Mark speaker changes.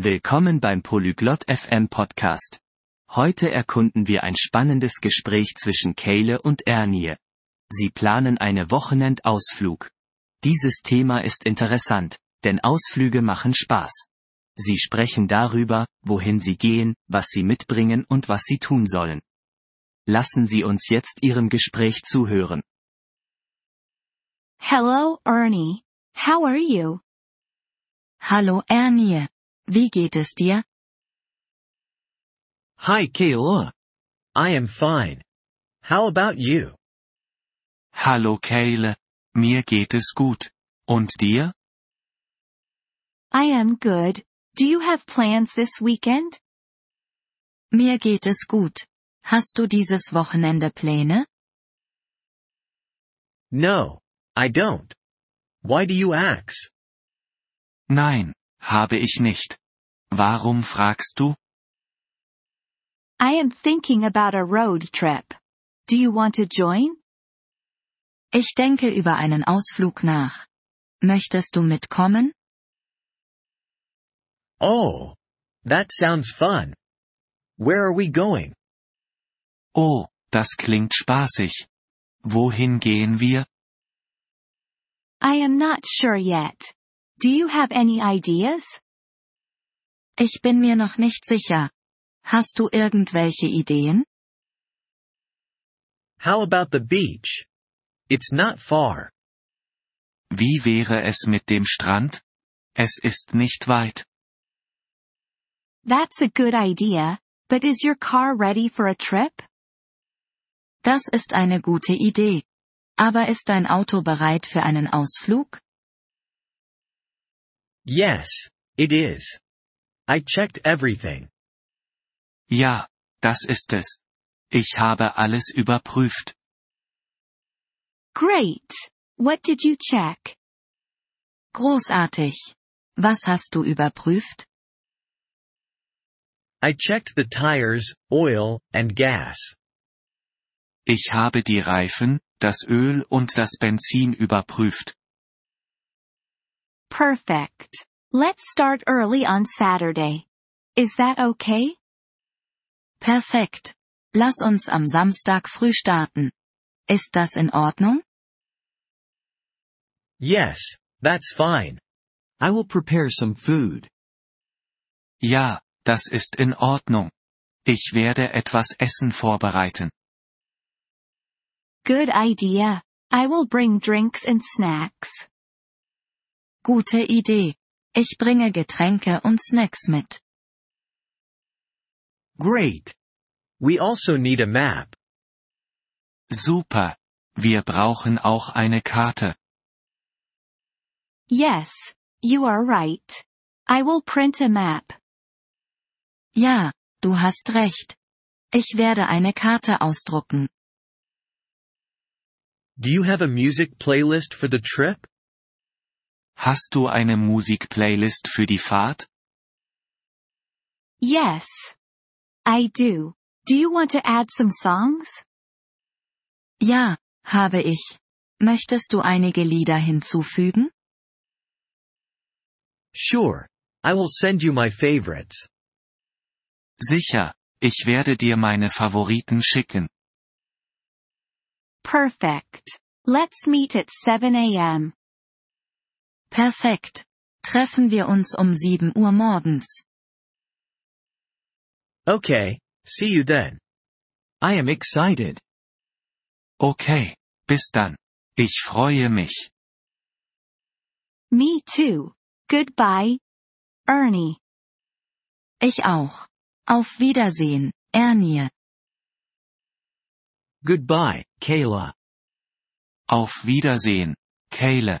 Speaker 1: Willkommen beim Polyglot FM Podcast. Heute erkunden wir ein spannendes Gespräch zwischen Kayle und Ernie. Sie planen eine Wochenendausflug. Dieses Thema ist interessant, denn Ausflüge machen Spaß. Sie sprechen darüber, wohin sie gehen, was sie mitbringen und was sie tun sollen. Lassen Sie uns jetzt Ihrem Gespräch zuhören.
Speaker 2: Hello, Ernie. How are you?
Speaker 3: Hallo Ernie. Wie geht es dir?
Speaker 4: Hi Kayla. I am fine. How about you?
Speaker 5: Hallo Kayle. Mir geht es gut. Und dir?
Speaker 2: I am good. Do you have plans this weekend?
Speaker 3: Mir geht es gut. Hast du dieses Wochenende Pläne?
Speaker 4: No, I don't. Why do you ask?
Speaker 5: Nein, habe ich nicht. Warum fragst du?
Speaker 2: I am thinking about a road trip. Do you want to join?
Speaker 3: Ich denke über einen Ausflug nach. Möchtest du mitkommen?
Speaker 4: Oh. That sounds fun. Where are we going?
Speaker 5: Oh, das klingt spaßig. Wohin gehen wir?
Speaker 2: I am not sure yet. Do you have any ideas?
Speaker 3: Ich bin mir noch nicht sicher. Hast du irgendwelche Ideen?
Speaker 4: How about the beach? It's not far.
Speaker 5: Wie wäre es mit dem Strand? Es ist nicht weit.
Speaker 2: That's a good idea, but is your car ready for a trip?
Speaker 3: Das ist eine gute Idee. Aber ist dein Auto bereit für einen Ausflug?
Speaker 4: Yes, it is. I checked everything.
Speaker 5: Ja, das ist es. Ich habe alles überprüft.
Speaker 2: Great. What did you check?
Speaker 3: Großartig. Was hast du überprüft?
Speaker 4: I checked the tires, oil, and gas.
Speaker 5: Ich habe die Reifen, das Öl und das Benzin überprüft.
Speaker 2: Perfect. Let's start early on Saturday. Is that okay?
Speaker 3: Perfekt. Lass uns am Samstag früh starten. Ist das in Ordnung?
Speaker 4: Yes, that's fine. I will prepare some food.
Speaker 5: Ja, das ist in Ordnung. Ich werde etwas Essen vorbereiten.
Speaker 2: Good idea. I will bring drinks and snacks.
Speaker 3: Gute Idee. Ich bringe Getränke und Snacks mit.
Speaker 4: Great. We also need a map.
Speaker 5: Super. Wir brauchen auch eine Karte.
Speaker 2: Yes, you are right. I will print a map.
Speaker 3: Ja, du hast recht. Ich werde eine Karte ausdrucken.
Speaker 4: Do you have a music playlist for the trip?
Speaker 5: Hast du eine Musikplaylist für die Fahrt?
Speaker 2: Yes. I do. Do you want to add some songs?
Speaker 3: Ja, habe ich. Möchtest du einige Lieder hinzufügen?
Speaker 4: Sure. I will send you my favorites.
Speaker 5: Sicher, ich werde dir meine Favoriten schicken.
Speaker 2: Perfect. Let's meet at 7 a.m.
Speaker 3: Perfekt. Treffen wir uns um 7 Uhr morgens.
Speaker 4: Okay, see you then. I am excited.
Speaker 5: Okay, bis dann. Ich freue mich.
Speaker 2: Me too. Goodbye. Ernie.
Speaker 3: Ich auch. Auf Wiedersehen, Ernie.
Speaker 4: Goodbye, Kayla.
Speaker 5: Auf Wiedersehen, Kayle.